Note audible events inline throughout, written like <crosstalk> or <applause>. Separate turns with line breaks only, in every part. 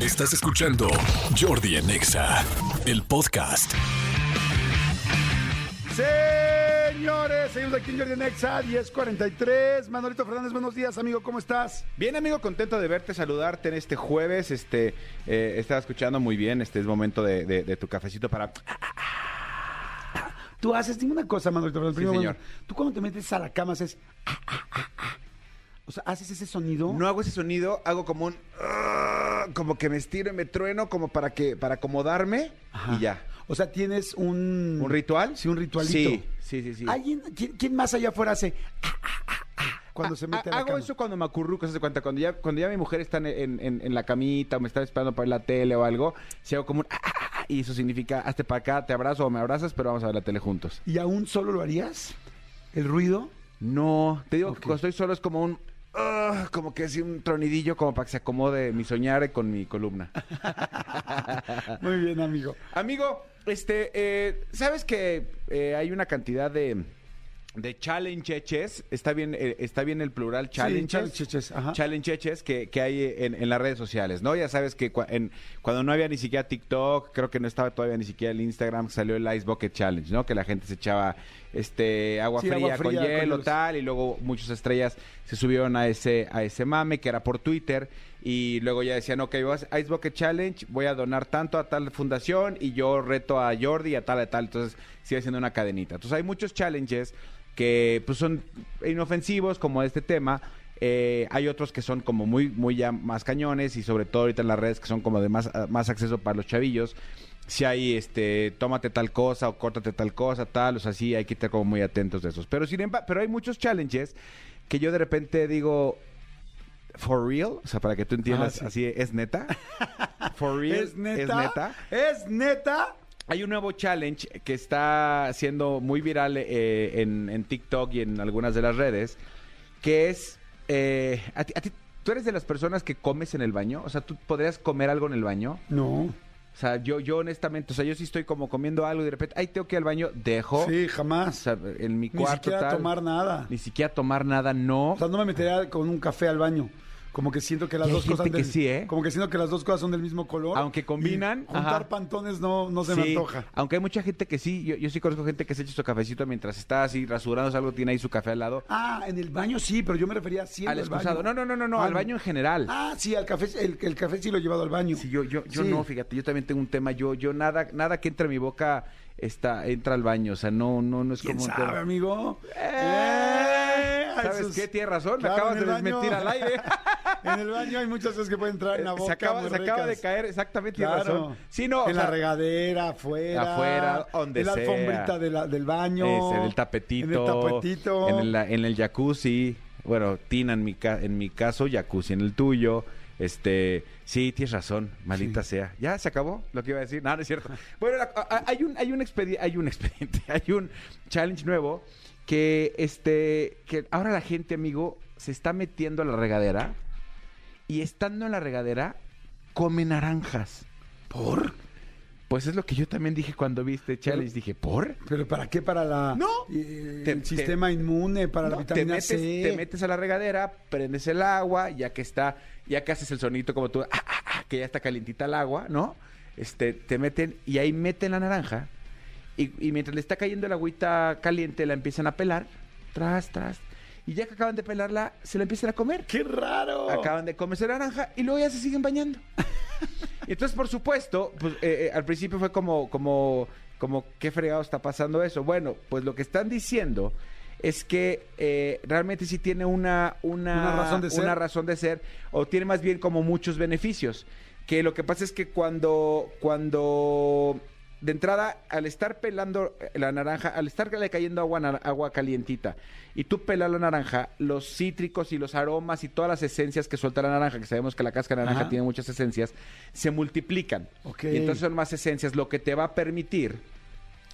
Estás escuchando Jordi en Exa, el podcast.
Señores, seguimos aquí en Jordi Nexa, 1043. Manolito Fernández, buenos días, amigo, ¿cómo estás?
Bien, amigo, contento de verte, saludarte en este jueves. Este, eh, estaba escuchando muy bien. Este es momento de, de- de tu cafecito para.
Tú haces, dime una cosa, Manolito Fernández.
Sí,
primero,
señor.
bueno, tú cuando te metes a la cama haces. ah, ah, ah, ah. O sea, haces ese sonido.
No hago ese sonido, hago como un. ¡ah! Como que me estiro y me trueno, como para que para acomodarme
Ajá.
y ya.
O sea, tienes un.
¿Un ritual?
Sí, un ritualito.
Sí, sí, sí. sí.
¿Alguien, quién, quién más allá afuera hace. ah, ah, ah, ah, cuando
Ah,
se mete
ah,
a la
hago
cama?
eso cuando me acurruco, se hace cuenta. Cuando ya, cuando ya mi mujer está en, en- en- en la camita o me está esperando para ver la tele o algo, si hago como un. ah, ah, ah, ah, y eso significa, hazte para acá, te abrazo o me abrazas, pero vamos a ver la tele juntos.
¿Y aún solo lo harías? ¿El ruido?
No, te digo
Ok.
que cuando estoy solo es como un. ah, como que es un tronidillo como para que se acomode mi soñar con
<laughs>
mi columna.
Muy bien, amigo.
Amigo, este, eh, ¿sabes que eh, hay una cantidad de, de challenges? Está bien, eh, está bien el plural challenges.
challenges, ajá.
Challenges que, que hay en, en las redes sociales, ¿no? Ya sabes que cua- en- cuando no había ni siquiera TikTok, creo que no estaba todavía ni siquiera el Instagram, salió el Ice Bucket Challenge, ¿no? Que la gente se echaba este agua,
Sí,
fría,
agua fría
con
con
hielo,
hielos.
tal. tal, y luego muchas estrellas se subieron a ese, a ese mame que era por Twitter y luego ya decían, ok, vas- Ice Bucket Challenge, voy a donar tanto a tal fundación y yo reto a Jordi y a tal, a tal, entonces sigue siendo una cadenita. Entonces hay muchos challenges que pues son inofensivos como este tema. Eh, hay otros que son como muy, muy ya más cañones y sobre todo ahorita en las redes que son como de más, ah, más acceso para los chavillos. Si hay este, tómate tal cosa o córtate tal cosa, tal, o sea, sí hay que estar como muy atentos de esos. Pero sin embargo, pero hay muchos challenges que yo de repente digo, for real, o sea, para que tú entiendas,
Ah,
así
<laughs>
es neta. For real,
¿Es neta? ¿Es neta?
Hay un nuevo challenge que está siendo muy viral eh, en, en TikTok y en algunas de las redes, que es, eh, a ti- a ti- ¿tú eres de las personas que comes en el baño? O sea, ¿tú podrías comer algo en el baño?
No.
O sea, yo, yo honestamente, o sea, yo sí estoy como comiendo algo y de repente, ay, tengo que ir al baño, dejo.
Sí,
O
jamás.
sea, en mi
Ni
cuarto.
siquiera
tal,
tomar nada.
Ni siquiera tomar nada, no.
O sea, no me metería con un café al baño. Como que siento que las
Y hay
dos
gente
cosas
que sí, ¿eh?
como que siento que las dos cosas son del mismo color.
Aunque combinan,
Y juntar
ajá.
pantones no, no se me
Sí,
antoja.
Aunque hay mucha gente que sí, yo, yo sí conozco gente que se echa su cafecito mientras está así rasurándose algo, tiene ahí su café al lado.
Ah, en el baño sí, pero yo me refería siempre
al excusado. No, no, no, no, no,
Ah,
al baño en general.
Ah, sí, al café, el, el café sí lo he llevado al baño.
Sí, yo, yo, yo
Sí.
no, fíjate, yo también tengo un tema, yo, yo nada, nada que entre a mi boca está, entra al baño, o sea, no, no, no es
¿Quién
como un
sabe,
tema.
amigo?
Eh,
a
¿Sabes
esos-
qué? Tienes razón, me
Claro,
acabas
en
de
el baño-
desmentir al aire.
<laughs> en el baño hay muchas cosas que pueden entrar en la
Eh,
boca.
<laughs> se acaba,
muy
se acaba de
ricas.
caer, exactamente, tienes
Claro.
razón. Sí, no, o
en la
sea,
regadera, afuera.
afuera, donde
En la
sea.
alfombrita de la- del baño.
es en Eh, el tapetito,
En el tapetito.
en el, en el jacuzzi, bueno, tina en mi, ca- en mi caso, jacuzzi en el tuyo. Este, sí, tienes razón, maldita sea. ¿Ya se acabó lo que iba a decir? No, no es cierto. Bueno, la- a- a- hay un, hay un expediente, hay un expediente, <laughs> hay un challenge nuevo que este, que ahora la gente, amigo, se está metiendo a la regadera y estando en la regadera come naranjas. ¿Por? Pues es lo que yo también dije cuando vi este challenge, dije, ¿por?
¿Pero para qué? Para la,
No.
eh,
Te-
el
te-
sistema inmune, para la
No, te,
vitamina
metes,
C.
te metes a la regadera, prendes el agua, ya que está, ya que haces el sonito como tú, ah, ah, ah, que ya está calientita el agua, ¿no? Este, te meten y ahí meten la naranja y, y mientras le está cayendo el agüita caliente la empiezan a pelar, tras, tras, y ya que acaban de pelarla, se la empiezan a comer.
¡Qué raro!
Acaban de comerse la naranja y luego ya se
<laughs>
siguen bañando. Y Entonces, por supuesto, pues, eh, eh, al principio fue como, como, como, ¿qué fregado está pasando eso? Bueno, pues lo que están diciendo es que eh, realmente sí tiene una, una,
Una razón de ser.
una razón de ser, o tiene más bien como muchos beneficios. Que lo que pasa es que cuando, cuando de entrada, al estar pelando la naranja, al estarle cayendo agua, nar- agua calientita, y tú pelas la naranja, los cítricos y los aromas y todas las esencias que suelta la naranja, que sabemos que la cáscara de naranja
Ajá.
tiene muchas esencias, se multiplican.
Ok.
Y entonces son más esencias, lo que te va a permitir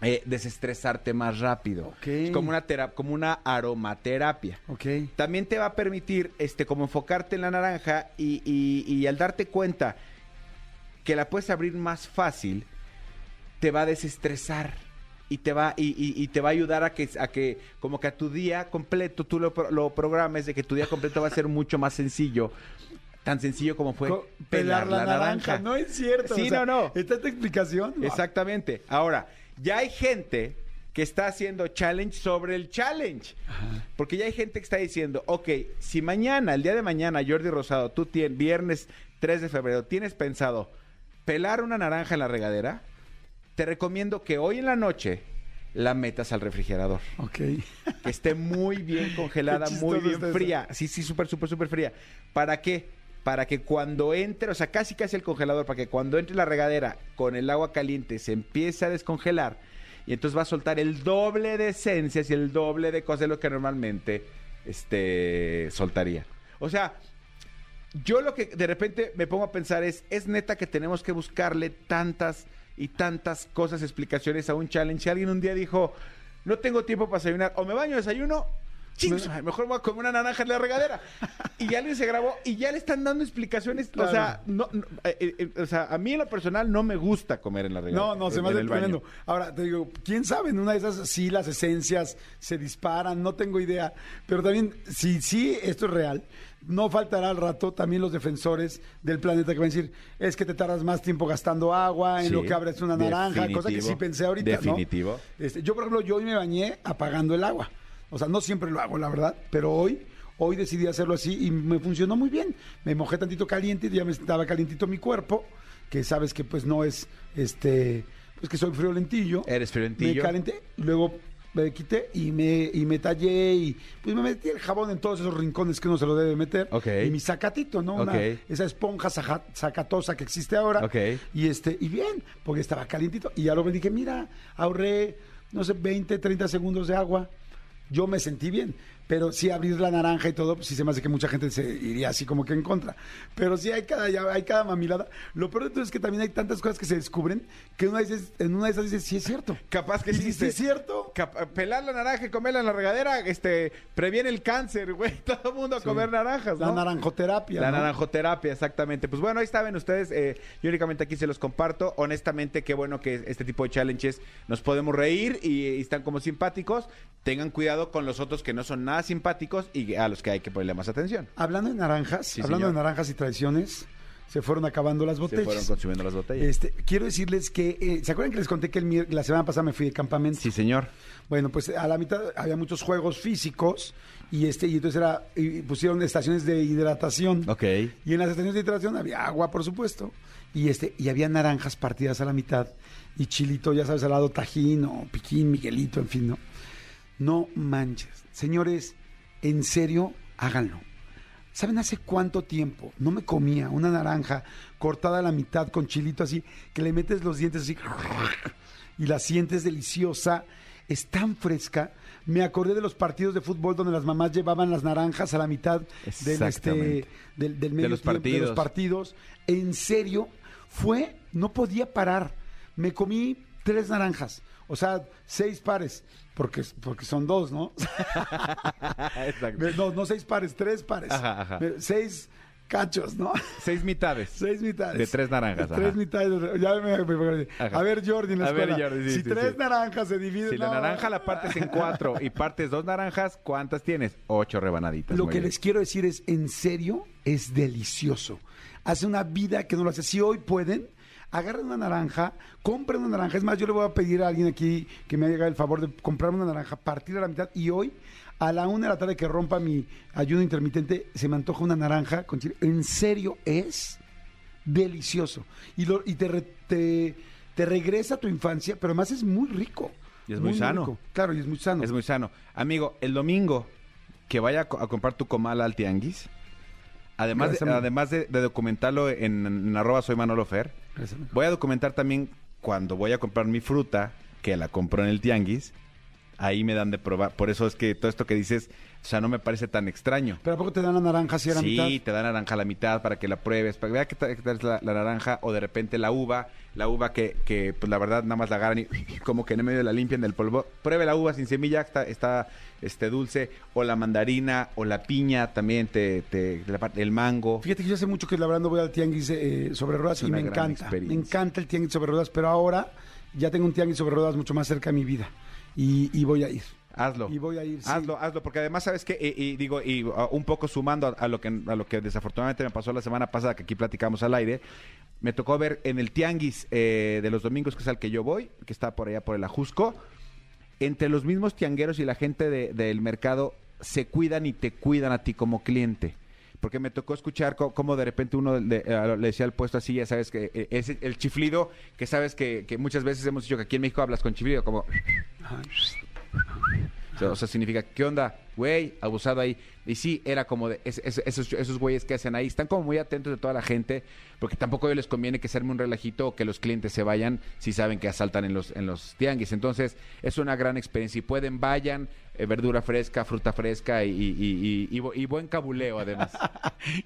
eh, desestresarte más rápido.
Ok.
Es como una, tera- como una aromaterapia.
Ok.
También te va a permitir este, como enfocarte en la naranja y, y- y al darte cuenta que la puedes abrir más fácil, te va a desestresar. Y te va, y, y- y te va a ayudar a que, a que, como que a tu día completo, tú lo, pro- lo programes de que tu día completo va a ser mucho más sencillo. tan sencillo como fue
Co- pelar la, naranja. No es cierto.
Sí,
o sea,
no, no.
¿Está esta explicación?
Exactamente. Ahora, ya hay gente que está haciendo challenge sobre el challenge.
Ah,
Porque ya hay gente que está diciendo, ok, si mañana, el día de mañana, Jordi Rosado, tú tienes, viernes 3 de febrero, tienes pensado pelar una naranja en la regadera, te recomiendo que hoy en la noche la metas al refrigerador
Ok.
que esté muy bien congelada,
Qué
muy
chistoso
bien
está eso.
fría. Sí, sí, súper, súper, súper fría. ¿Para qué? Para que cuando entre, o sea, casi casi el congelador, para que cuando entre la regadera con el agua caliente se empiece a descongelar y entonces va a soltar el doble de esencias y el doble de cosas de lo que normalmente este, soltaría. O sea, yo lo que de repente me pongo a pensar es, es neta que tenemos que buscarle tantas y tantas cosas, explicaciones a un challenge. Si alguien un día dijo, no tengo tiempo para desayunar, o me baño, desayuno, ching, su madre, mejor voy a comer una naranja en la regadera. Y alguien se grabó y ya le están dando explicaciones. O sea,
Claro.
no, no, eh, eh, eh, o sea, a mí en lo personal no me gusta comer en la regadera.
No, no, se
en-
me hace
en el baño.
tremendo. Ahora, te digo, quién sabe, en una de esas sí las esencias se disparan, no tengo idea. Pero también, si sí esto es real, no faltará al rato también los defensores del planeta que van a decir, es que te tardas más tiempo gastando agua, en
Sí,
lo que abres una naranja, cosa que
definitivo,
sí pensé ahorita. ¿no?
definitivo.
Este, yo, por ejemplo, yo hoy me bañé apagando el agua. O sea, no siempre lo hago, la verdad, pero hoy, hoy decidí hacerlo así y me funcionó muy bien. Me mojé tantito caliente y ya me estaba calientito mi cuerpo, que sabes que pues no es, este, pues que soy friolentillo.
Eres friolentillo.
Me calenté, luego me quité y me, y me tallé y pues me metí el jabón en todos esos rincones que uno se lo debe meter.
Ok.
Y mi sacatito, ¿no? Una-
Ok.
Esa esponja saja- sacatosa que existe ahora.
Ok.
Y este, y bien, porque estaba calientito. Y ya luego dije, mira, ahorré, no sé, 20, 30 segundos de agua. Yo me sentí bien. Pero sí abrir la naranja y todo, pues sí se me hace que mucha gente se iría así como que en contra. Pero sí hay cada, ya hay cada mamilada. Lo peor de todo es que también hay tantas cosas que se descubren que una dices- en una de esas dices, sí es cierto.
Capaz que
Sí,
sí,
sí,
dice,
es cierto.
cap- eh, pelar la naranja y comerla en la regadera, este, previene el cáncer, güey. <laughs> Todo el mundo a comer naranjas, ¿no?
La naranjoterapia.
La
¿no?
naranjoterapia, exactamente. Pues bueno, ahí saben ustedes. eh, yo únicamente aquí se los comparto. Honestamente, qué bueno que este tipo de challenges nos podemos reír y, y están como simpáticos. Tengan cuidado con los otros que no son nada simpáticos y a los que hay que ponerle más atención.
Hablando de naranjas,
Sí,
hablando
señor.
de naranjas y traiciones, se fueron acabando las
Se
botellas.
fueron consumiendo las botellas.
Este, quiero decirles que, eh, ¿se acuerdan que les conté que el mier- la semana pasada me fui de campamento?
Sí, señor.
Bueno, pues a la mitad había muchos juegos físicos y este y entonces era y pusieron estaciones de hidratación.
Ok.
Y en las estaciones de hidratación había agua, por supuesto, y este y había naranjas partidas a la mitad y chilito, ya sabes, al lado tajín o piquín, miguelito, en fin, ¿no? No manches. Señores, en serio, háganlo. ¿Saben hace cuánto tiempo no me comía una naranja cortada a la mitad con chilito así, que le metes los dientes así y la sientes deliciosa? Es tan fresca. Me acordé de los partidos de fútbol donde las mamás llevaban las naranjas a la mitad del, este,
Exactamente.
del, del medio
los
tiempo, de los
partidos.
partidos. En serio, fue, no podía parar. Me comí tres naranjas, o sea, seis pares, porque, porque son dos, ¿no?
Exacto.
Me- No, no seis pares, tres pares.
Ajá, ajá.
Me- Seis cachos, ¿no?
Seis mitades.
Seis mitades.
De tres naranjas,
De tres
ajá.
mitades. Ya me- me-
Ajá.
A ver, Jordi, en la
A ver,
escuela.
Jordi, sí,
si
sí,
tres
sí.
naranjas se dividen.
Si la
no.
naranja la partes en cuatro y partes dos naranjas, ¿cuántas tienes? Ocho rebanaditas.
Lo
Pues Muy
que
bien.
les quiero decir es, en serio, es delicioso. Hace una vida que no lo hace. Si hoy pueden, agarren una naranja, compren una naranja. Es más, yo le voy a pedir a alguien aquí que me haga el favor de comprar una naranja, partir a la mitad. Y hoy, a la una de la tarde que rompa mi ayuno intermitente, se me antoja una naranja con chile. En serio, es delicioso. Y, lo- y te, re- te, te regresa a tu infancia, pero además es muy rico.
Y es muy sano.
rico. Claro, y es muy sano.
Es muy sano. Amigo, el domingo que vaya a, co- a comprar tu comal al tianguis, además,
Gracias,
de,
amigo.
además de, de documentarlo en, en arroba soy Manolo Fer,
Gracias, amigo.
voy a documentar también cuando voy a comprar mi fruta, que la compro en el tianguis, ahí me dan de probar. Por eso es que todo esto que dices, o sea, no me parece tan extraño.
Pero ¿a poco te dan la naranja si era
Sí,
mitad?
te da naranja a la mitad para que la pruebes, para que veas qué tal, qué tal es la, la naranja o de repente la uva, la uva que, que, pues la verdad nada más la agarran y <laughs> como que en el medio la limpian del polvo. Pruebe la uva sin semilla, está, está este, dulce, o la mandarina, o la piña también, te, te- la parte- el mango.
Fíjate que yo hace mucho que la verdad no voy al tianguis eh, sobre ruedas
Es
y
una
me
gran
encanta. Me
experiencia.
encanta el tianguis sobre ruedas, pero ahora ya tengo un tianguis sobre ruedas mucho más cerca de mi vida y, y voy a ir.
Hazlo.
Y voy a ir, sí.
Hazlo, hazlo, porque además sabes que y, y digo y uh, un poco sumando a, a lo que a lo que desafortunadamente me pasó la semana pasada que aquí platicamos al aire, me tocó ver en el tianguis eh, de los domingos que es al que yo voy, que está por allá por el Ajusco, entre los mismos tiangueros y la gente de- del mercado se cuidan y te cuidan a ti como cliente. Porque me tocó escuchar co- cómo de repente uno de- eh, le decía al puesto así, ya sabes que eh, es el chiflido, que sabes que, que muchas veces hemos dicho que aquí en México hablas con chiflido, como... O sea, o sea, significa, ¿qué onda, güey? Abusado ahí. Y sí, era como de es- es- esos, esos güeyes que hacen ahí. Están como muy atentos de toda la gente, porque tampoco a ellos les conviene que se arme un relajito o que los clientes se vayan si saben que asaltan en los, en los tianguis. Entonces, es una gran experiencia. Si pueden, vayan. eh, verdura fresca, fruta fresca y, y- y- y- y bu- y buen cabuleo, además.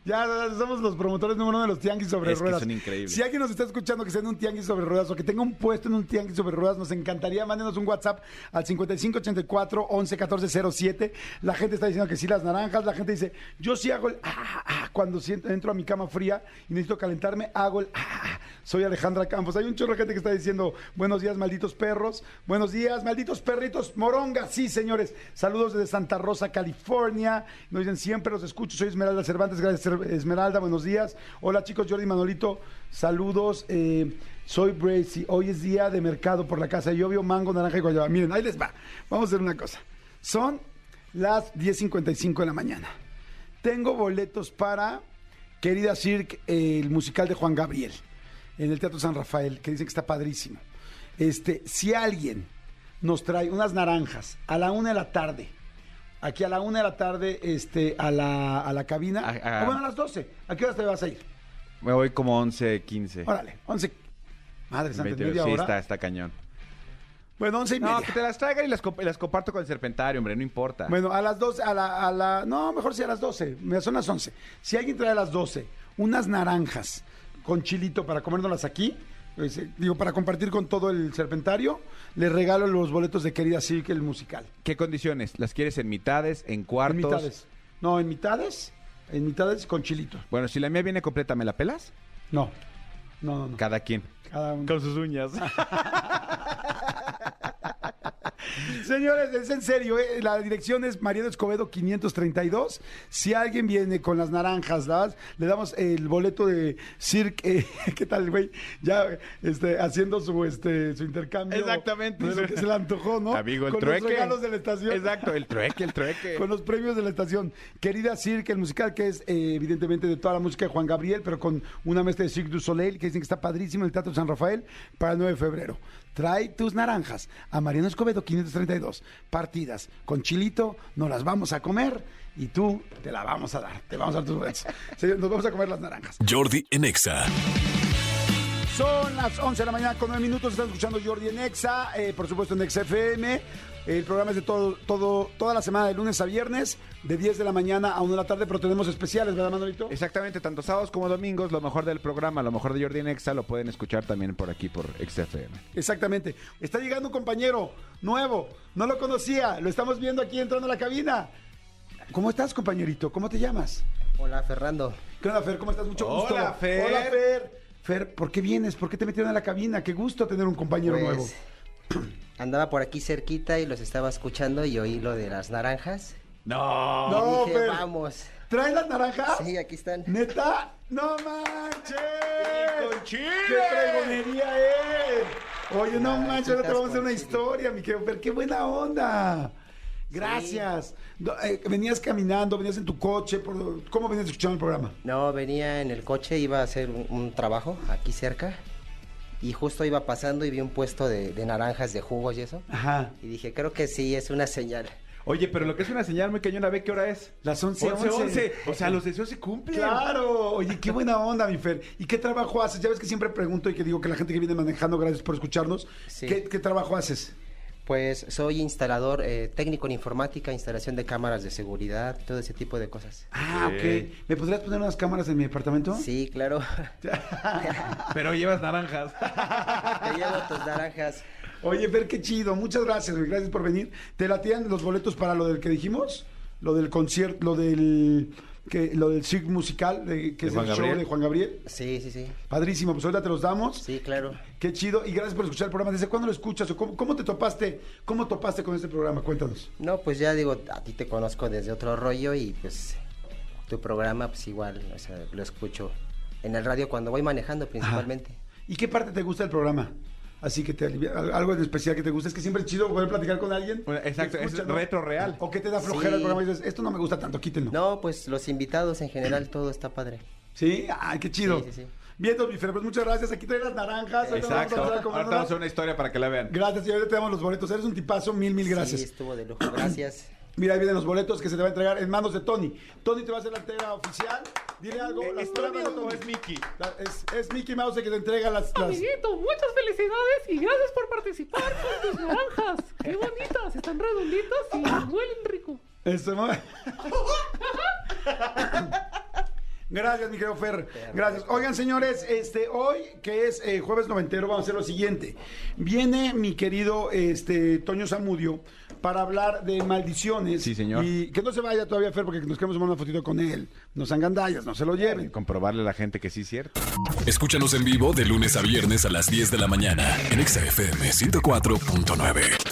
Ya somos los promotores número uno de los tianguis sobre
Es que
ruedas.
son increíbles.
Si alguien nos está escuchando que sea en un tianguis sobre ruedas o que tenga un puesto en un tianguis sobre ruedas, nos encantaría. Mándenos un WhatsApp al 5584 111407. La gente está diciendo que sí las naranjas. La gente dice, yo sí hago el... ah, ah, ah, cuando siento- entro a mi cama fría y necesito calentarme, hago el... ah, ah. Soy Alejandra Campos. Hay un chorro de gente que está diciendo, buenos días, malditos perros. Buenos días, malditos perritos. Moronga, sí, señores. Saludos desde Santa Rosa, California. Nos dicen, siempre los escucho. Soy Esmeralda Cervantes. Gracias, Cer- Esmeralda. Buenos días. Hola, chicos. Jordi Manolito. Saludos. Eh, soy Bracy. Hoy es día de mercado por la casa. Yo veo mango, naranja y guayaba. Miren, ahí les va. Vamos a hacer una cosa. Son las 10.55 de la mañana. Tengo boletos para Querida Cirque, eh, el musical de Juan Gabriel, en el Teatro San Rafael, que dicen que está padrísimo. Este, si alguien nos trae unas naranjas a la una de la tarde, aquí a la una de la tarde, este, a la, a la cabina,
A- a-
o bueno, a las 12, ¿a qué horas te vas a ir?
<laughs> Me voy como 11, 15.
Órale, 11. Madre santa,
22.
media
Sí,
hora.
está, está cañón.
Bueno, once y media.
No, que te las traigan y las, comp- y las comparto con el serpentario, hombre, no importa.
Bueno, a las 12, a la, a la- no, mejor sí a las 12, mira, son las 11. Si alguien trae a las 12 unas naranjas con chilito para comérnoslas aquí, pues, eh, digo, para compartir con todo el serpentario, les regalo los boletos de Querida Cirque, el musical.
¿Qué condiciones? ¿Las quieres en mitades, en cuartos?
En mitades. No, en mitades, en mitades con chilito.
Bueno, si la mía viene completa, ¿me la pelas?
No, no, no, no.
Cada quien. Ah,
Cada uno.
sus uñas.
Señores, es en serio, ¿eh? la dirección es Mariano Escobedo 532. Si alguien viene con las naranjas, ¿las? le damos el boleto de Cirque. eh, <laughs> ¿Qué tal, güey? Ya este, haciendo su, este, su intercambio.
Exactamente.
De lo que se le antojó, ¿no?
Amigo, el
con
trueque.
los regalos de la estación.
Exacto, el trueque, el trueque.
<laughs> Con los premios de la estación. Querida Cirque, el musical que es eh, evidentemente de toda la música de Juan Gabriel, pero con una mezcla de Cirque du Soleil, que dicen que está padrísimo en el Teatro San Rafael para el 9 de febrero. Trae tus naranjas a Mariano Escobedo 532. Partidas con chilito, nos las vamos a comer y tú te la vamos a dar. Te vamos a dar tus boletos. Señor, Nos vamos a comer las naranjas.
Jordi en Exa.
Son las 11 de la mañana con 9 minutos. Están escuchando Jordi en Exa, eh, por supuesto en Exa FM. El programa es de todo, todo, toda la semana, de lunes a viernes, de 10 de la mañana a 1 de la tarde, pero tenemos especiales, ¿verdad, Manolito?
Exactamente, tanto sábados como domingos, lo mejor del programa, lo mejor de Jordi en Exa, lo pueden escuchar también por aquí, por XFM.
Exactamente. Está llegando un compañero nuevo, no lo conocía, lo estamos viendo aquí entrando a la cabina. ¿Cómo estás, compañerito? ¿Cómo te llamas?
Hola Fernando.
¿Qué onda, Fer? ¿Cómo estás? Mucho gusto.
Hola, Fer.
Hola, Fer. Fer, ¿por qué vienes? ¿Por qué te metieron a la cabina? Qué gusto tener un compañero
Pues,
nuevo.
andaba por aquí cerquita y los estaba escuchando y oí lo de las naranjas.
No.
No,
y dije,
Fer.
vamos.
¿Traes las naranjas?
Sí, aquí están.
¿Neta? ¡No manches!
¡Y con chile!
¡Qué pregonería es! Oye, no
Naranjitas
manches, ahora te vamos a hacer
con
una
chile.
historia, mi querido Fer. ¡Qué buena onda! Gracias. Do- eh, venías caminando, venías en tu coche. por- ¿Cómo venías escuchando el programa?
No, venía en el coche, iba a hacer un, un trabajo aquí cerca y justo iba pasando y vi un puesto de, de naranjas de jugos y eso.
Ajá.
Y dije, creo que sí, es una señal.
Oye, pero lo que es una señal muy cañona, ve qué hora es.
Las 11, 11.
O sea, los deseos se cumplen.
Claro, oye, qué buena onda, mi Fer. ¿Y qué trabajo haces? Ya ves que siempre pregunto y que digo que la gente que viene manejando, gracias por escucharnos.
Sí.
¿Qué, qué trabajo haces?
Pues soy instalador eh, técnico en informática, instalación de cámaras de seguridad, todo ese tipo de cosas.
Ah,
Sí.
ok. ¿Me podrías poner unas cámaras en mi departamento? <laughs>
Sí, claro. <laughs>
Pero llevas naranjas.
Te llevo tus naranjas.
Oye, Fer, qué chido. Muchas gracias, güey. Gracias por venir. ¿Te latían los boletos para lo del que dijimos? Lo del concierto, lo del que lo del Cirque Musical, de-
De
que es
Juan
el show
Gabriel.
de Juan Gabriel.
Sí, sí, sí.
Padrísimo, pues ahorita te los damos.
Sí, claro.
Qué chido. Y gracias por escuchar el programa. ¿Desde cuándo lo escuchas? ¿O cómo, cómo te topaste? ¿Cómo topaste con este programa? Cuéntanos.
No, pues ya digo, a ti te conozco desde otro rollo y pues tu programa pues igual, o sea, lo escucho en el radio cuando voy manejando principalmente.
¿Y qué parte te gusta del programa? Así que te alivia- al- algo en especial que te gusta. Es que siempre es chido poder platicar con alguien.
Bueno, exacto,
que
es reto real.
O que te da flojera el
Sí.
programa y dices, esto no me gusta tanto, quítenlo.
No, pues los invitados en general todo está padre.
¿Sí? ¡Ay, qué chido!
Sí, sí, sí.
Bien, don Bifer, pues muchas gracias. Aquí trae las naranjas. Ahorita nos vamos a
Exacto.
pasar
Ahora
a comer
vamos a hacer
unas.
una historia para que la vean.
Gracias, y ahorita te damos los boletos. Eres un tipazo, mil, mil gracias.
Sí, estuvo de lujo. Gracias.
Mira, ahí vienen los boletos que se te va a entregar en manos de Tony. Tony te va a hacer la entrega oficial. Dile algo.
Eh,
las
¿es Tony
palabras de
o es Mickey?
La- Es, es Mickey Mouse el que te entrega las... las...
Amiguito, muchas felicidades y gracias por participar con tus naranjas. Qué bonitas, están redonditas y huelen rico.
Eso, Este, ¿no? <laughs> Gracias, mi querido Fer. Gracias. Oigan, señores, este, hoy, que es eh, jueves noventero, vamos a hacer lo siguiente. Viene mi querido este, Toño Zamudio para hablar de maldiciones.
Sí, señor.
Y que no se vaya todavía, Fer, porque nos queremos tomar una fotito con él. No sean gandallas, no se lo lleven.
Comprobarle a la gente que sí es cierto.
Escúchanos en vivo de lunes a viernes a las 10 de la mañana en Exa FM 104.9.